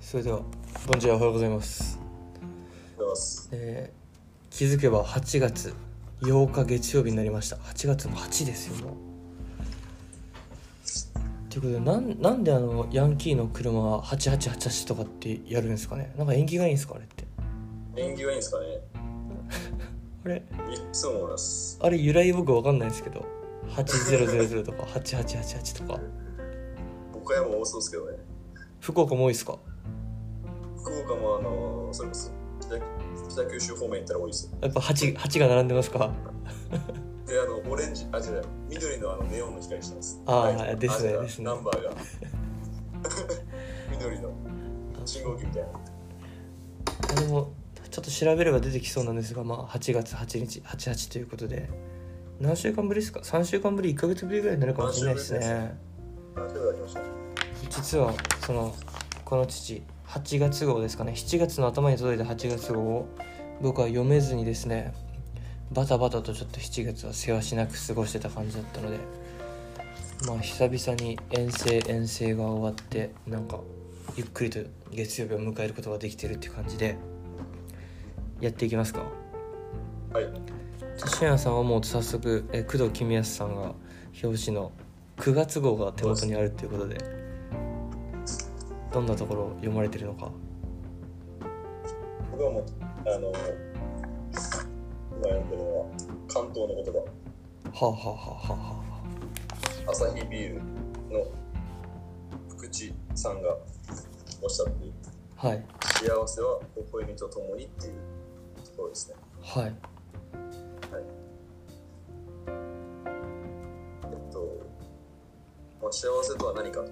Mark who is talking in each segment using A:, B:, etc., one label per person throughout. A: それでは、こんにちは、おはようございます。えー気づけば8月8日月曜日になりました。8月も8ですよ、もう。ということで、なんなんであのヤンキーの車は8888とかってやるんですかねなんか縁起がいいんですかあれって。
B: 縁起がいいんですかね
A: あれ、
B: いつも思います。
A: あれ由来僕わかんないですけど、8000とか8888とか。
B: 岡山多そうですけどね。
A: 福岡も多いですか
B: 福岡もあの、それこそ北北九州方面行ったら多いですよ。
A: やっぱ 8, 8が並んでますか
B: で、あの、オレンジ、あ、違う、緑のあのネオンの光してます。
A: あー
B: ライト
A: ですね
B: あ違う
A: ですね
B: ナンバーが。 緑の信号機みたいな。
A: あでもちょっと調べれば出てきそうなんですが、まあ、8月8日88ということで何週間ぶりですか3週間ぶり1ヶ月ぶりぐらいになるかもしれないです
B: 何週ぶ
A: ね
B: あ、ちょっとありました。
A: 実はそのこの父8月号ですかね7月の頭に届いた8月号を僕は読めずにですねバタバタとちょっと7月は世話しなく過ごしてた感じだったのでまあ久々に遠征遠征が終わってなんかゆっくりと月曜日を迎えることができてるっていう感じでやっていきますか
B: はい。
A: じゃあ俊也さんはもう早速え工藤公康さんが表紙の9月号が手元にあるということでどんなところを読まれてるのか
B: 僕はもう、あの、今読んでるのは、関東の言
A: はあ
B: 葉。
A: はあはあはあは
B: アサヒビールの福地さんがおっしゃっている
A: あはい
B: 幸せは微笑みとともにっていうところですね
A: はい
B: はいえっと、まあ、幸せとは何かとい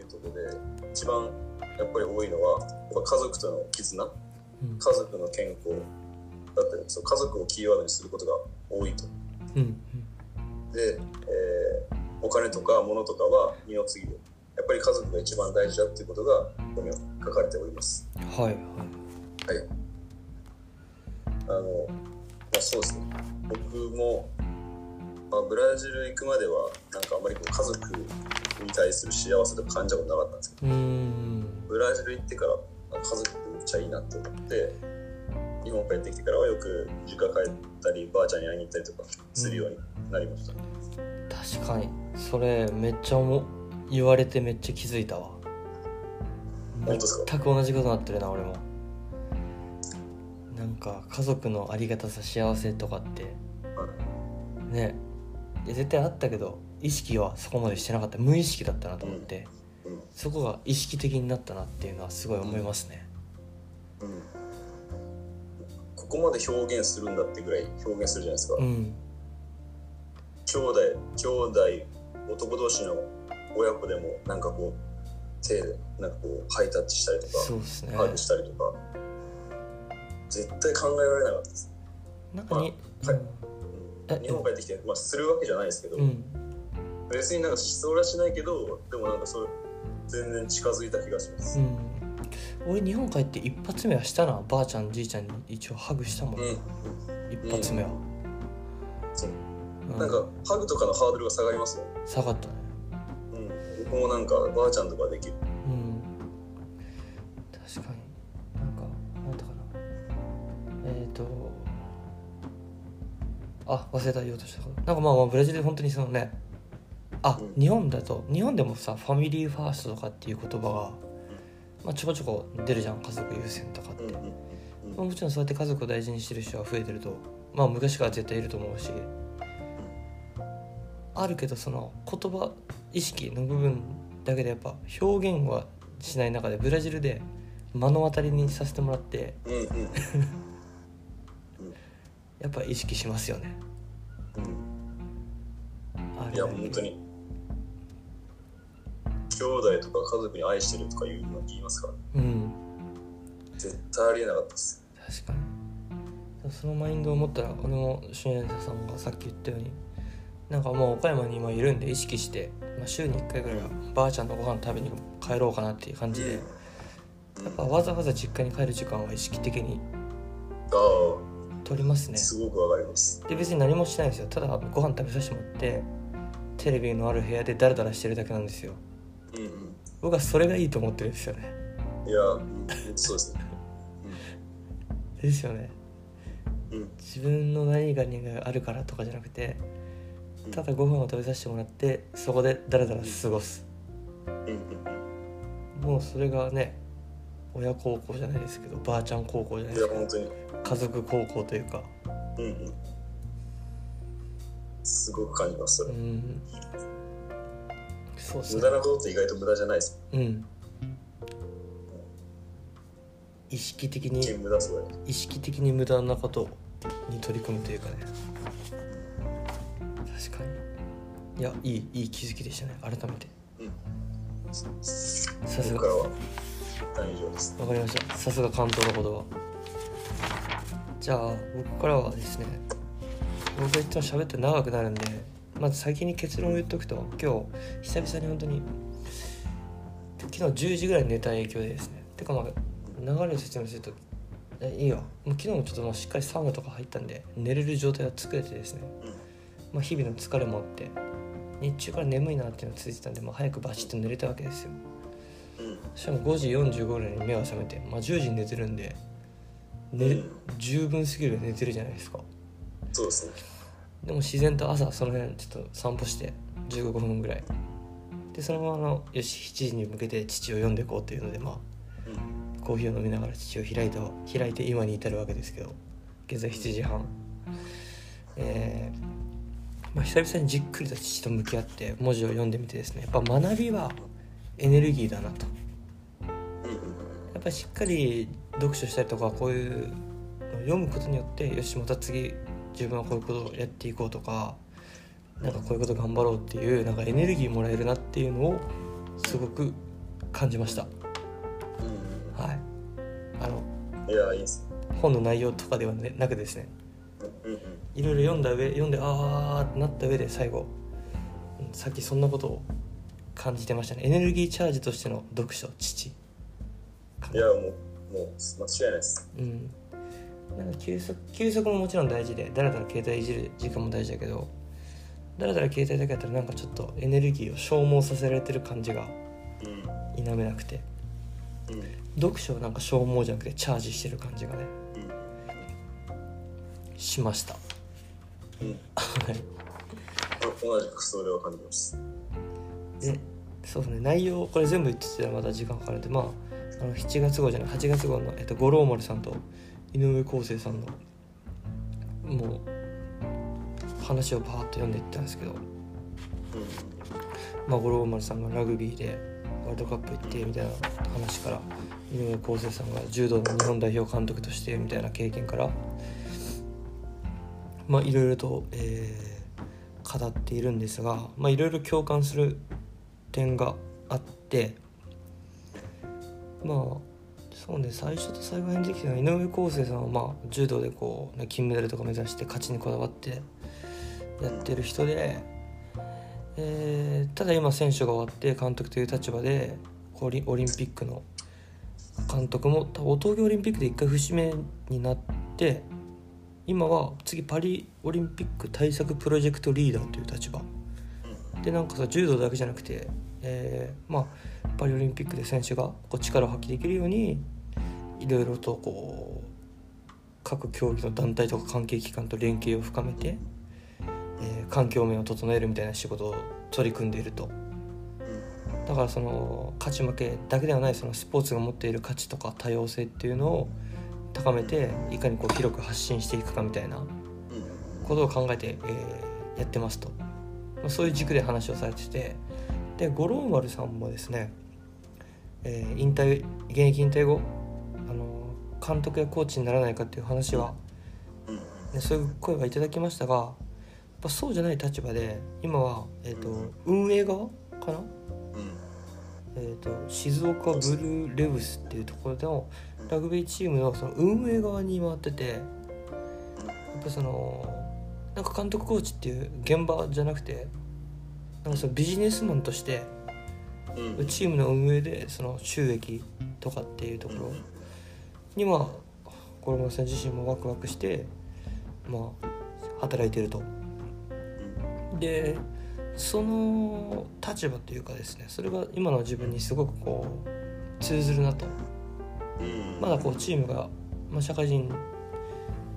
B: うところで一番やっぱり多いのはやっぱ家族との絆
A: うん
B: 家族の健康だったりそう家族をキーワードにすることが多いと
A: うん
B: で、えーお金とか物とかは二の次でやっぱり家族が一番大事だっていうことがここに書かれております
A: うんはいはい
B: はいあの、まあ、そうですね僕も、まあ、ブラジル行くまではなんかあまりこう家族に対する幸せとか感じたことなかったんですけど
A: うーん
B: ブラジル行ってからなんか家族ってめっちゃいいなって思って日本帰ってきてからはよく実家帰ったりばあちゃんに会いに行ったりとかするようになりました、
A: 確かにそれめっちゃも言われてめっちゃ気づいたわ
B: 当ですか
A: 全く同じことになってるな俺もなんか家族のありがたさ幸せとかって
B: はい
A: ねいや絶対あったけど意識はそこまでしてなかった無意識だったなと思って、
B: うんうん
A: そこが意識的になったなっていうのはすごい思いますね、
B: うんここまで表現するんだってぐらい表現するじゃないですか、
A: うん、
B: 兄弟兄弟男同士の親子でもなんかこう手でなんかこうハイタッチしたりと
A: そ
B: か
A: うですね
B: ハグしたりとか絶対考えられなかったです、
A: なんかに、
B: まあはい
A: え
B: うん、日本帰ってきて、まあ、するわけじゃないですけど、
A: うん
B: 別になんかしそうらしないけどでもなんかそう全然近づいた気がします
A: う、ん俺日本帰って一発目はしたなばあちゃんじいちゃんに一応ハグしたもん、
B: うん
A: 一発目は、
B: そう
A: う
B: なんかハグとかのハードルが下がりますよ、
A: 下がったね
B: うん、僕もなんかばあちゃんとかできる
A: うん確かになんかなんだかなえっ、ー、とあ忘れた言おうとしたことなんかまあまあブラジルで本当にそのねあ、
B: うん
A: 日本だと日本でもさファミリーファーストとかっていう言葉が、まあ、ちょこちょこ出るじゃん家族優先とかって、
B: うんうんうん
A: まあもちろんそうやって家族を大事にしてる人は増えてるとまあ昔から絶対いると思うしあるけどその言葉意識の部分だけでやっぱ表現はしない中でブラジルで目の当たりにさせてもらって
B: うんうん
A: やっぱ意識しますよね
B: うん
A: あ
B: い
A: れ
B: や本当に兄弟とか家族に愛してるとかいうのは言いますから
A: うん
B: 絶対ありえなかったです
A: 確かにそのマインドを持ったら俺も俊也さんがさっき言ったようになんかもう岡山に今いるんで意識して、まあ、週に1回ぐらいはばあちゃんのご飯食べに帰ろうかなっていう感じでやっぱわざわざ実家に帰る時間は意識的に
B: ああ
A: 取りますね
B: すごくわかります
A: で別に何もしないんですよただご飯食べさせてもらってテレビのある部屋でダラダラしてるだけなんですよ
B: うんうん
A: 僕はそれがいいと思ってるんですよね
B: いや、うん、そうですね。
A: ですよね
B: うん、うん、
A: 自分の何かにがあるからとかじゃなくて
B: うん
A: ただご飯を食べさせてもらってそこでダラダラ過ごす
B: うん、うん
A: もうそれがね親孝行じゃないですけどばあちゃん孝行じゃない
B: い
A: です
B: や、
A: か
B: 本当に。
A: 家族孝行というか
B: うん、うん。すごく感じます、そうれ。
A: んそうっす
B: 無
A: ね
B: 駄なことって意外と無駄じゃないです。
A: うん意識的に
B: 一見無駄そうだね。
A: 意識的に無駄なことに取り組むというかね確かにいやいいいい気づきでしたね改めてさす
B: 僕
A: が
B: からは、大丈夫です。
A: わかりましたさすが関東のことはじゃあ僕からはですね僕がいつも喋って長くなるんでまず先に結論を言っとくと今日久々に本当に昨日10時ぐらいに寝た影響でですねてかまあ流れを説明するとえいいよもう昨日もちょっとまあしっかりサウナとか入ったんで寝れる状態が作れてですね、まあ、日々の疲れもあって日中から眠いなっていうのが続いてたんで、まあ、早くバシッと寝れたわけですよ
B: うん、
A: しかも5時45ぐらいに目が覚めて、まあ、10時に寝てるんで、ね、十分すぎるぐらい寝てるじゃないですか
B: そうですね。
A: でも自然と朝その辺ちょっと散歩して15分ぐらいでそのままあのよし7時に向けて父を読んでいこうっていうのでま
B: うん、
A: あコーヒーを飲みながら父を開いた開いて今に至るわけですけど現在7時半えーまあ、久々にじっくりと父と向き合って文字を読んでみてですねやっぱ学びはエネルギーだなと
B: うん、うん、
A: やっぱりしっかり読書したりとかこういうのを読むことによってよしまた次自分はこういうことをやっていこうとかなんかこういうこと頑張ろうっていうなんかエネルギーもらえるなっていうのをすごく感じました
B: うん
A: はいあの
B: うん。いや、いいです。
A: 本の内容とかでは、ね、なくですね
B: うん、うん、
A: いろいろ読んだ上読んであーってなった上で最後うんさっきそんなことを感じてましたねエネルギーチャージとしての読書父
B: いや、もう、もう、間違いないです。
A: うん、なんか休息休息ももちろん大事でだらだら携帯いじる時間も大事だけどだらだら携帯だけだったらなんかちょっとエネルギーを消耗させられてる感じが
B: うん、
A: 否めなくて
B: うん、
A: 読書をなんか消耗じゃなくてチャージしてる感じがねしました
B: うん、うん。
A: はい
B: 同じくそれは感じます。
A: でそうですね内容これ全部言ってたらまた時間かかるんでまああの7月号じゃない8月号の、えっと、五郎丸さんと井上康生さんのもう話をパーッと読んでいったんですけど
B: うん、
A: まあ、五郎丸さんがラグビーでワールドカップ行ってみたいな話から井上康生さんが柔道の日本代表監督としてみたいな経験からまあいろいろと、えー語っているんですがまあいろいろ共感する点があってまあそうね最初と最後にできたのは井上康生さんはまあ柔道でこう、ね、金メダルとか目指して勝ちにこだわってやってる人で。えーただ今選手が終わって監督という立場でこうオリオリンピックの監督も多分東京オリンピックで一回節目になって今は次パリオリンピック対策プロジェクトリーダーという立場でなんかさ柔道だけじゃなくて、えーまあ、パリオリンピックで選手がこう力を発揮できるようにいろいろとこう各競技の団体とか関係機関と連携を深めて、えー環境面を整えるみたいな仕事を取り組んでいるとだからその勝ち負けだけではないそのスポーツが持っている価値とか多様性っていうのを高めていかにこう広く発信していくかみたいな
B: うん、うん、
A: ことを考えて、えーやってますと、まあ、そういう軸で話をされててで五郎丸さんもですね、えー引退現役引退後あの監督やコーチにならないかっていう話は、
B: うん、
A: ね、そういう声はいただきましたがやっぱそうじゃない立場で今は、えー、と運営側かな、
B: うん、
A: えー、と静岡ブルーレブスっていうところのラグビーチームのその運営側に回っててやっぱそのなんか監督コーチっていう現場じゃなくてなんかそのビジネスマンとして
B: うん、
A: チームの運営でその収益とかっていうところにまあ五郎丸さん自身もワクワクしてまあ働いてると。でその立場というかですねそれが今の自分にすごくこう通ずるなと
B: うん
A: まだこうチームが、まあ、社会人、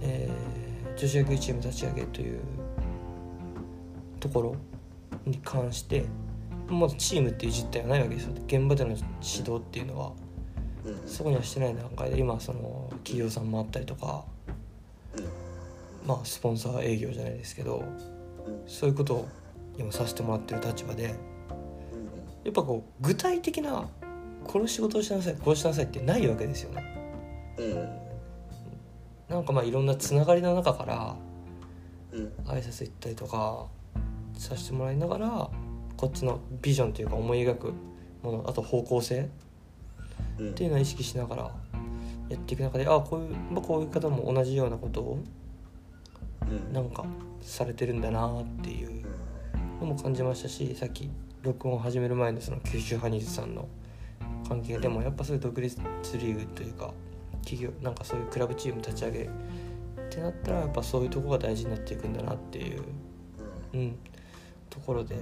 A: えー女子野球チーム立ち上げというところに関してまだチームっていう実態はないわけですよ現場での指導っていうのは
B: うんうん
A: そこにはしてない段階で今その企業さんもあったりとか、まあ、スポンサー営業じゃないですけど
B: うん
A: そういうことを今させてもらってる立場で
B: うんうん
A: やっぱこう具体的なこの仕事をしなさいこうしなさいってないわけですよね。
B: うん
A: なんかまあいろんなつながりの中から
B: うん
A: 挨拶行ったりとかさせてもらいながらこっちのビジョンというか思い描くものあと方向性
B: うん
A: っていうのを意識しながらやっていく中であこういう、まあ、こういう方も同じようなことを
B: うん
A: なんかされてるんだなっていうのも感じましたしさっき録音を始める前のその九州ハニーズさんの関係でもやっぱそういう独立リーグというか企業なんかそういうクラブチーム立ち上げってなったらやっぱそういうとこが大事になっていくんだなっていう
B: うん
A: うん、ところでこ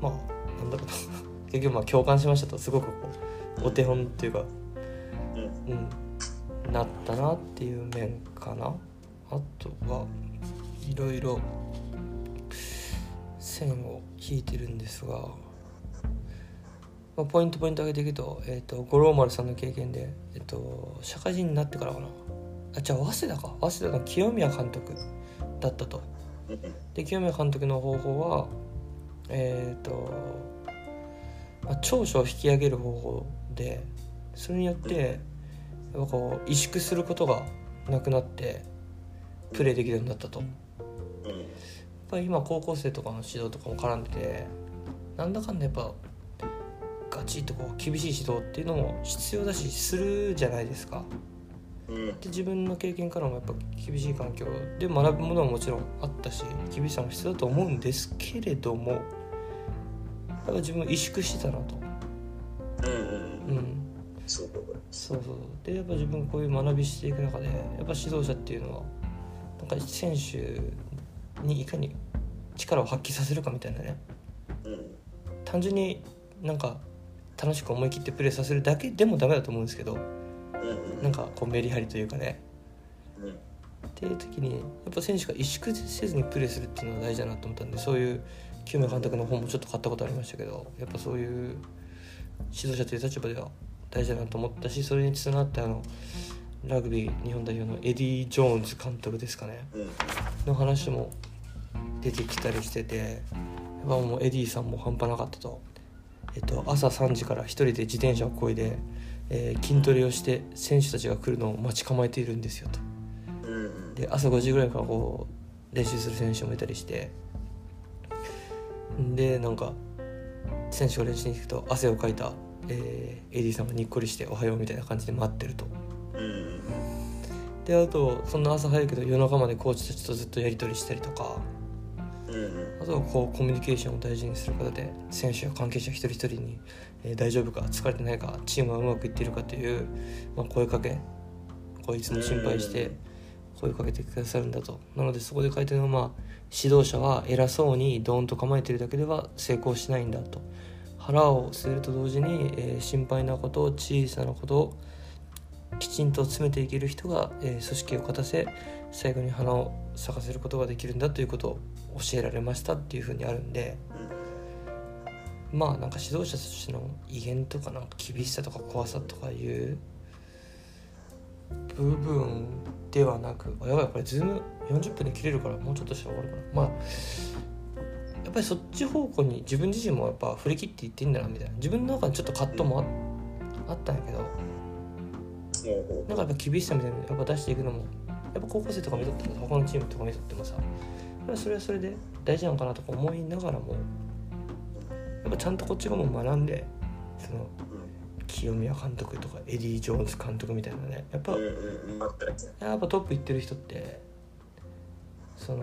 A: うまあなんだろうな結局まあ共感しましたとすごくこうお手本っていうか、
B: うん
A: うん、なったなっていう面かなあとはいろいろ線を引いてるんですが、まあ、ポイントポイント上げていくと,、えー、と五郎丸さんの経験で、えっと社会人になってからかなあじゃあ早稲田か早稲田の清宮監督だったと。
B: うん
A: で清宮監督の方法はえっ、と、まあ、長所を引き上げる方法でそれによってやっぱこう萎縮することがなくなってプレーできるようになったとやっ
B: うん
A: ぱり今高校生とかの指導とかも絡んでてなんだかんだやっぱガチッとこう厳しい指導っていうのも必要だしするじゃないですか。
B: うん
A: で自分の経験からもやっぱ厳しい環境で学ぶものはもちろんあったし厳しさも必要だと思うんですけれどもやっぱ自分萎縮してたなと、
B: うん
A: う
B: うん
A: ん、
B: そうだこれ
A: そうそうでやっぱ自分こういう学びしていく中でやっぱ指導者っていうのはなんか選手にいかに力を発揮させるかみたいなね
B: うん
A: 単純になんか楽しく思い切ってプレーさせるだけでもダメだと思うんですけど
B: うんうん
A: なんかこうメリハリというかね
B: うん
A: っていう時にやっぱ選手が萎縮せずにプレーするっていうのは大事だなと思ったんでそういう清宮監督の本もちょっと買ったことありましたけどやっぱそういう指導者という立場では大事だなと思ったしそれにつながってあのラグビー日本代表のエディー・ジョーンズ監督ですかね
B: うん
A: の話も出てきたりしててやっぱもうエディーさんも半端なかったと、えっと、朝3時から1人で自転車をこいで、えー筋トレをして選手たちが来るのを待ち構えているんですよと。
B: うんうん
A: で朝5時ぐらいからこう練習する選手もいたりしてでなんか選手が練習に行くと汗をかいた、えー、AD さんがにっこりして「おはよう」みたいな感じで待ってると
B: うん
A: であとそんな朝早いけど夜中までコーチたちとずっとやり取りしたりとか
B: うん
A: あとはこうコミュニケーションを大事にすることで選手や関係者一人一人に、えー大丈夫か疲れてないかチームはうまくいってるかという、まあ、声かけこういつも心配して声かけてくださるんだとなのでそこで書いてるのは、まあ、指導者は偉そうにドーンと構えてるだけでは成功しないんだと腹を据えると同時に、えー心配なこと小さなことをきちんと詰めていける人が、えー組織を勝たせ最後に花を咲かせることができるんだということを教えられましたっていうふうにあるんでまあなんか指導者としての威厳とかなんか厳しさとか怖さとかいう部分ではなくあやばいこれズーム40分で切れるからもうちょっとしたら終わるかなまあやっぱりそっち方向に自分自身もやっぱ振り切っていっていいんだなみたいな自分の中にちょっと葛藤もああったんやけど
B: なるほ
A: なんかやっぱ厳しさみたいなのやっぱ出していくのもやっぱ高校生とか見とっても他のチームとか見とってもさやっぱそれはそれで大事なのかなとか思いながらもやっぱちゃんとこっち側も学んでその
B: どうん
A: 清宮監督とかエディー・ジョーンズ監督みたいなねやっぱ
B: うんうんうんあったやつね
A: やっぱトップ行ってる人ってその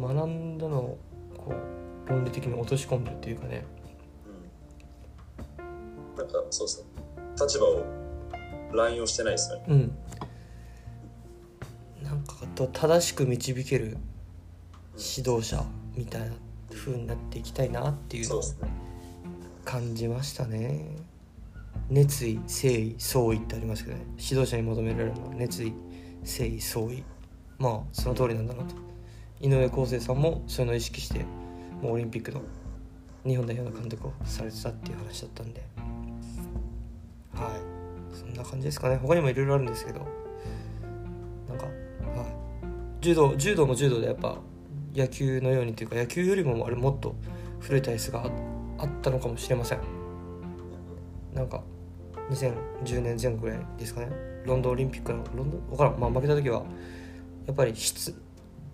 A: 学んだのをこう論理的に落とし込んでるっていうかね
B: うんなんかそうそう立場を乱用してないですよね
A: うんなんかと正しく導ける指導者みたいな風になっていきたいなっていう
B: そ
A: の
B: う
A: を
B: ですね
A: 感じましたね熱意誠意創意ってありますけどね指導者に求められるのは熱意誠意創意まあその通りなんだなと井上康生さんもそういうのを意識してもうオリンピックの日本代表の監督をされてたっていう話だったんではいそんな感じですかね他にもいろいろあるんですけどなんか、はい、柔道柔道も柔道でやっぱ野球のようにというか野球よりもあれもっと古い体質がああったのかもしれませんなんか2010年前後ぐらいですかねロンドンオリンピックのロンドン分からん、まあ、負けた時はやっぱり質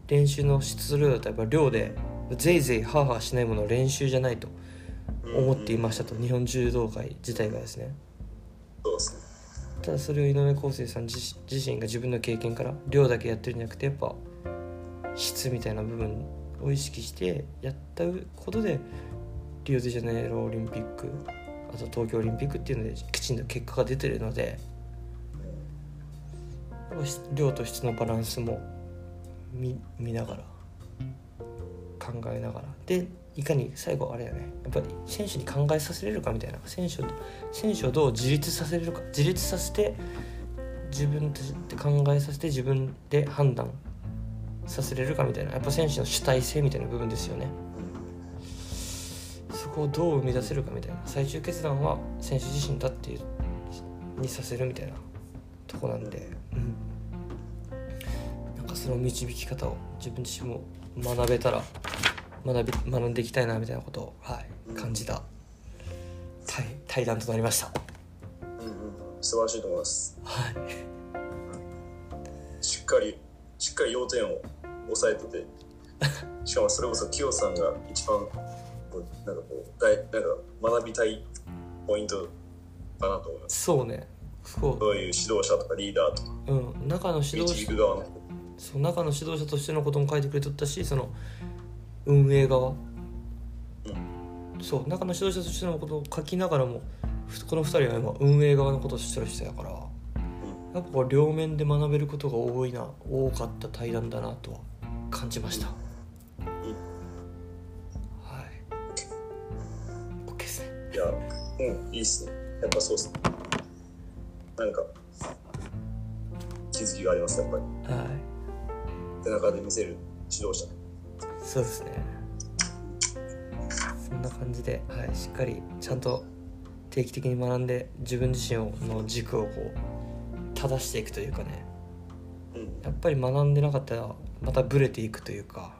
A: 練習の質量だとやっぱ量でぜいぜいハーハーしないものは練習じゃないと思っていましたと日本柔道界自体がですね
B: そうですね。
A: ただそれを井上康生さん自自身が自分の経験から量だけやってるんじゃなくてやっぱ質みたいな部分を意識してやったことでリオデジャネイロオリンピックあと東京オリンピックっていうのできちんと結果が出てるのでやっぱし量と質のバランスも見見ながら考えながらでいかに最後あれやねやっぱり選手に考えさせれるかみたいな選手を選手をどう自立させれるか自立させて自分で考えさせて自分で判断させれるかみたいなやっぱ選手の主体性みたいな部分ですよねそこをどう生み出せるかみたいな最終決断は選手自身だっていうにさせるみたいなとこなんで、うん、なんかその導き方を自分自身も学べたら学び学んでいきたいなみたいなことを、はい、感じた対対談となりました
B: うんうん。素晴らしいと思います。
A: はい
B: しっかり、しっかり要点を抑えて て、しかもそれこそキヨさんが一番、こうなんかこう、だいなんか学びたいポイントだなと思います。
A: そうねそ
B: そういう指導者とかリーダーとか、
A: ううん中の指導
B: 導
A: 者
B: く側の人
A: そう中の指導者としてのことも書いてくれとったしその運営側そう中の指導者としてのことを書きながらもふこの2人は今運営側のことをしてる人やからやっぱこう両面で学べることが多いな多かった対談だなとは感じましたはい OK ですね
B: いや、うん、いいっすね。やっぱそうっすね。なんか、気づきがあります、やっぱり。
A: はい
B: 背中で見せる指導者。
A: そうですねそんな感じで、はい、しっかりちゃんと定期的に学んで自分自身の軸をこう正していくというかね
B: うん。
A: やっぱり学んでなかったらまたブレていくというか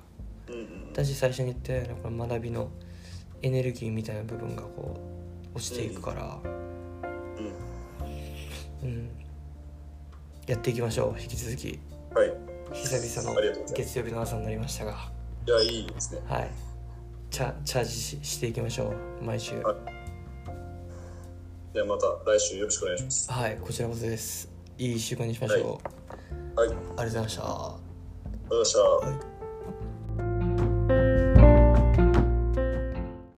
B: うんうん。
A: 私最初に言ったようなこの学びのエネルギーみたいな部分がこう落ちていくから、
B: う
A: う
B: ん。
A: ん、やっていきましょう引き続き
B: はい。
A: 久々の
B: ありがとうございます
A: 月曜日の朝になりましたが。
B: いや、いいですね。
A: はい、チャチャージししていきましょう毎週
B: はいではまた来週よろしくお願いします。
A: はいこちらこそですいい一週間にしましょう、
B: はい。あ
A: あり
B: りが
A: がとうございました
B: とうございました。
A: はい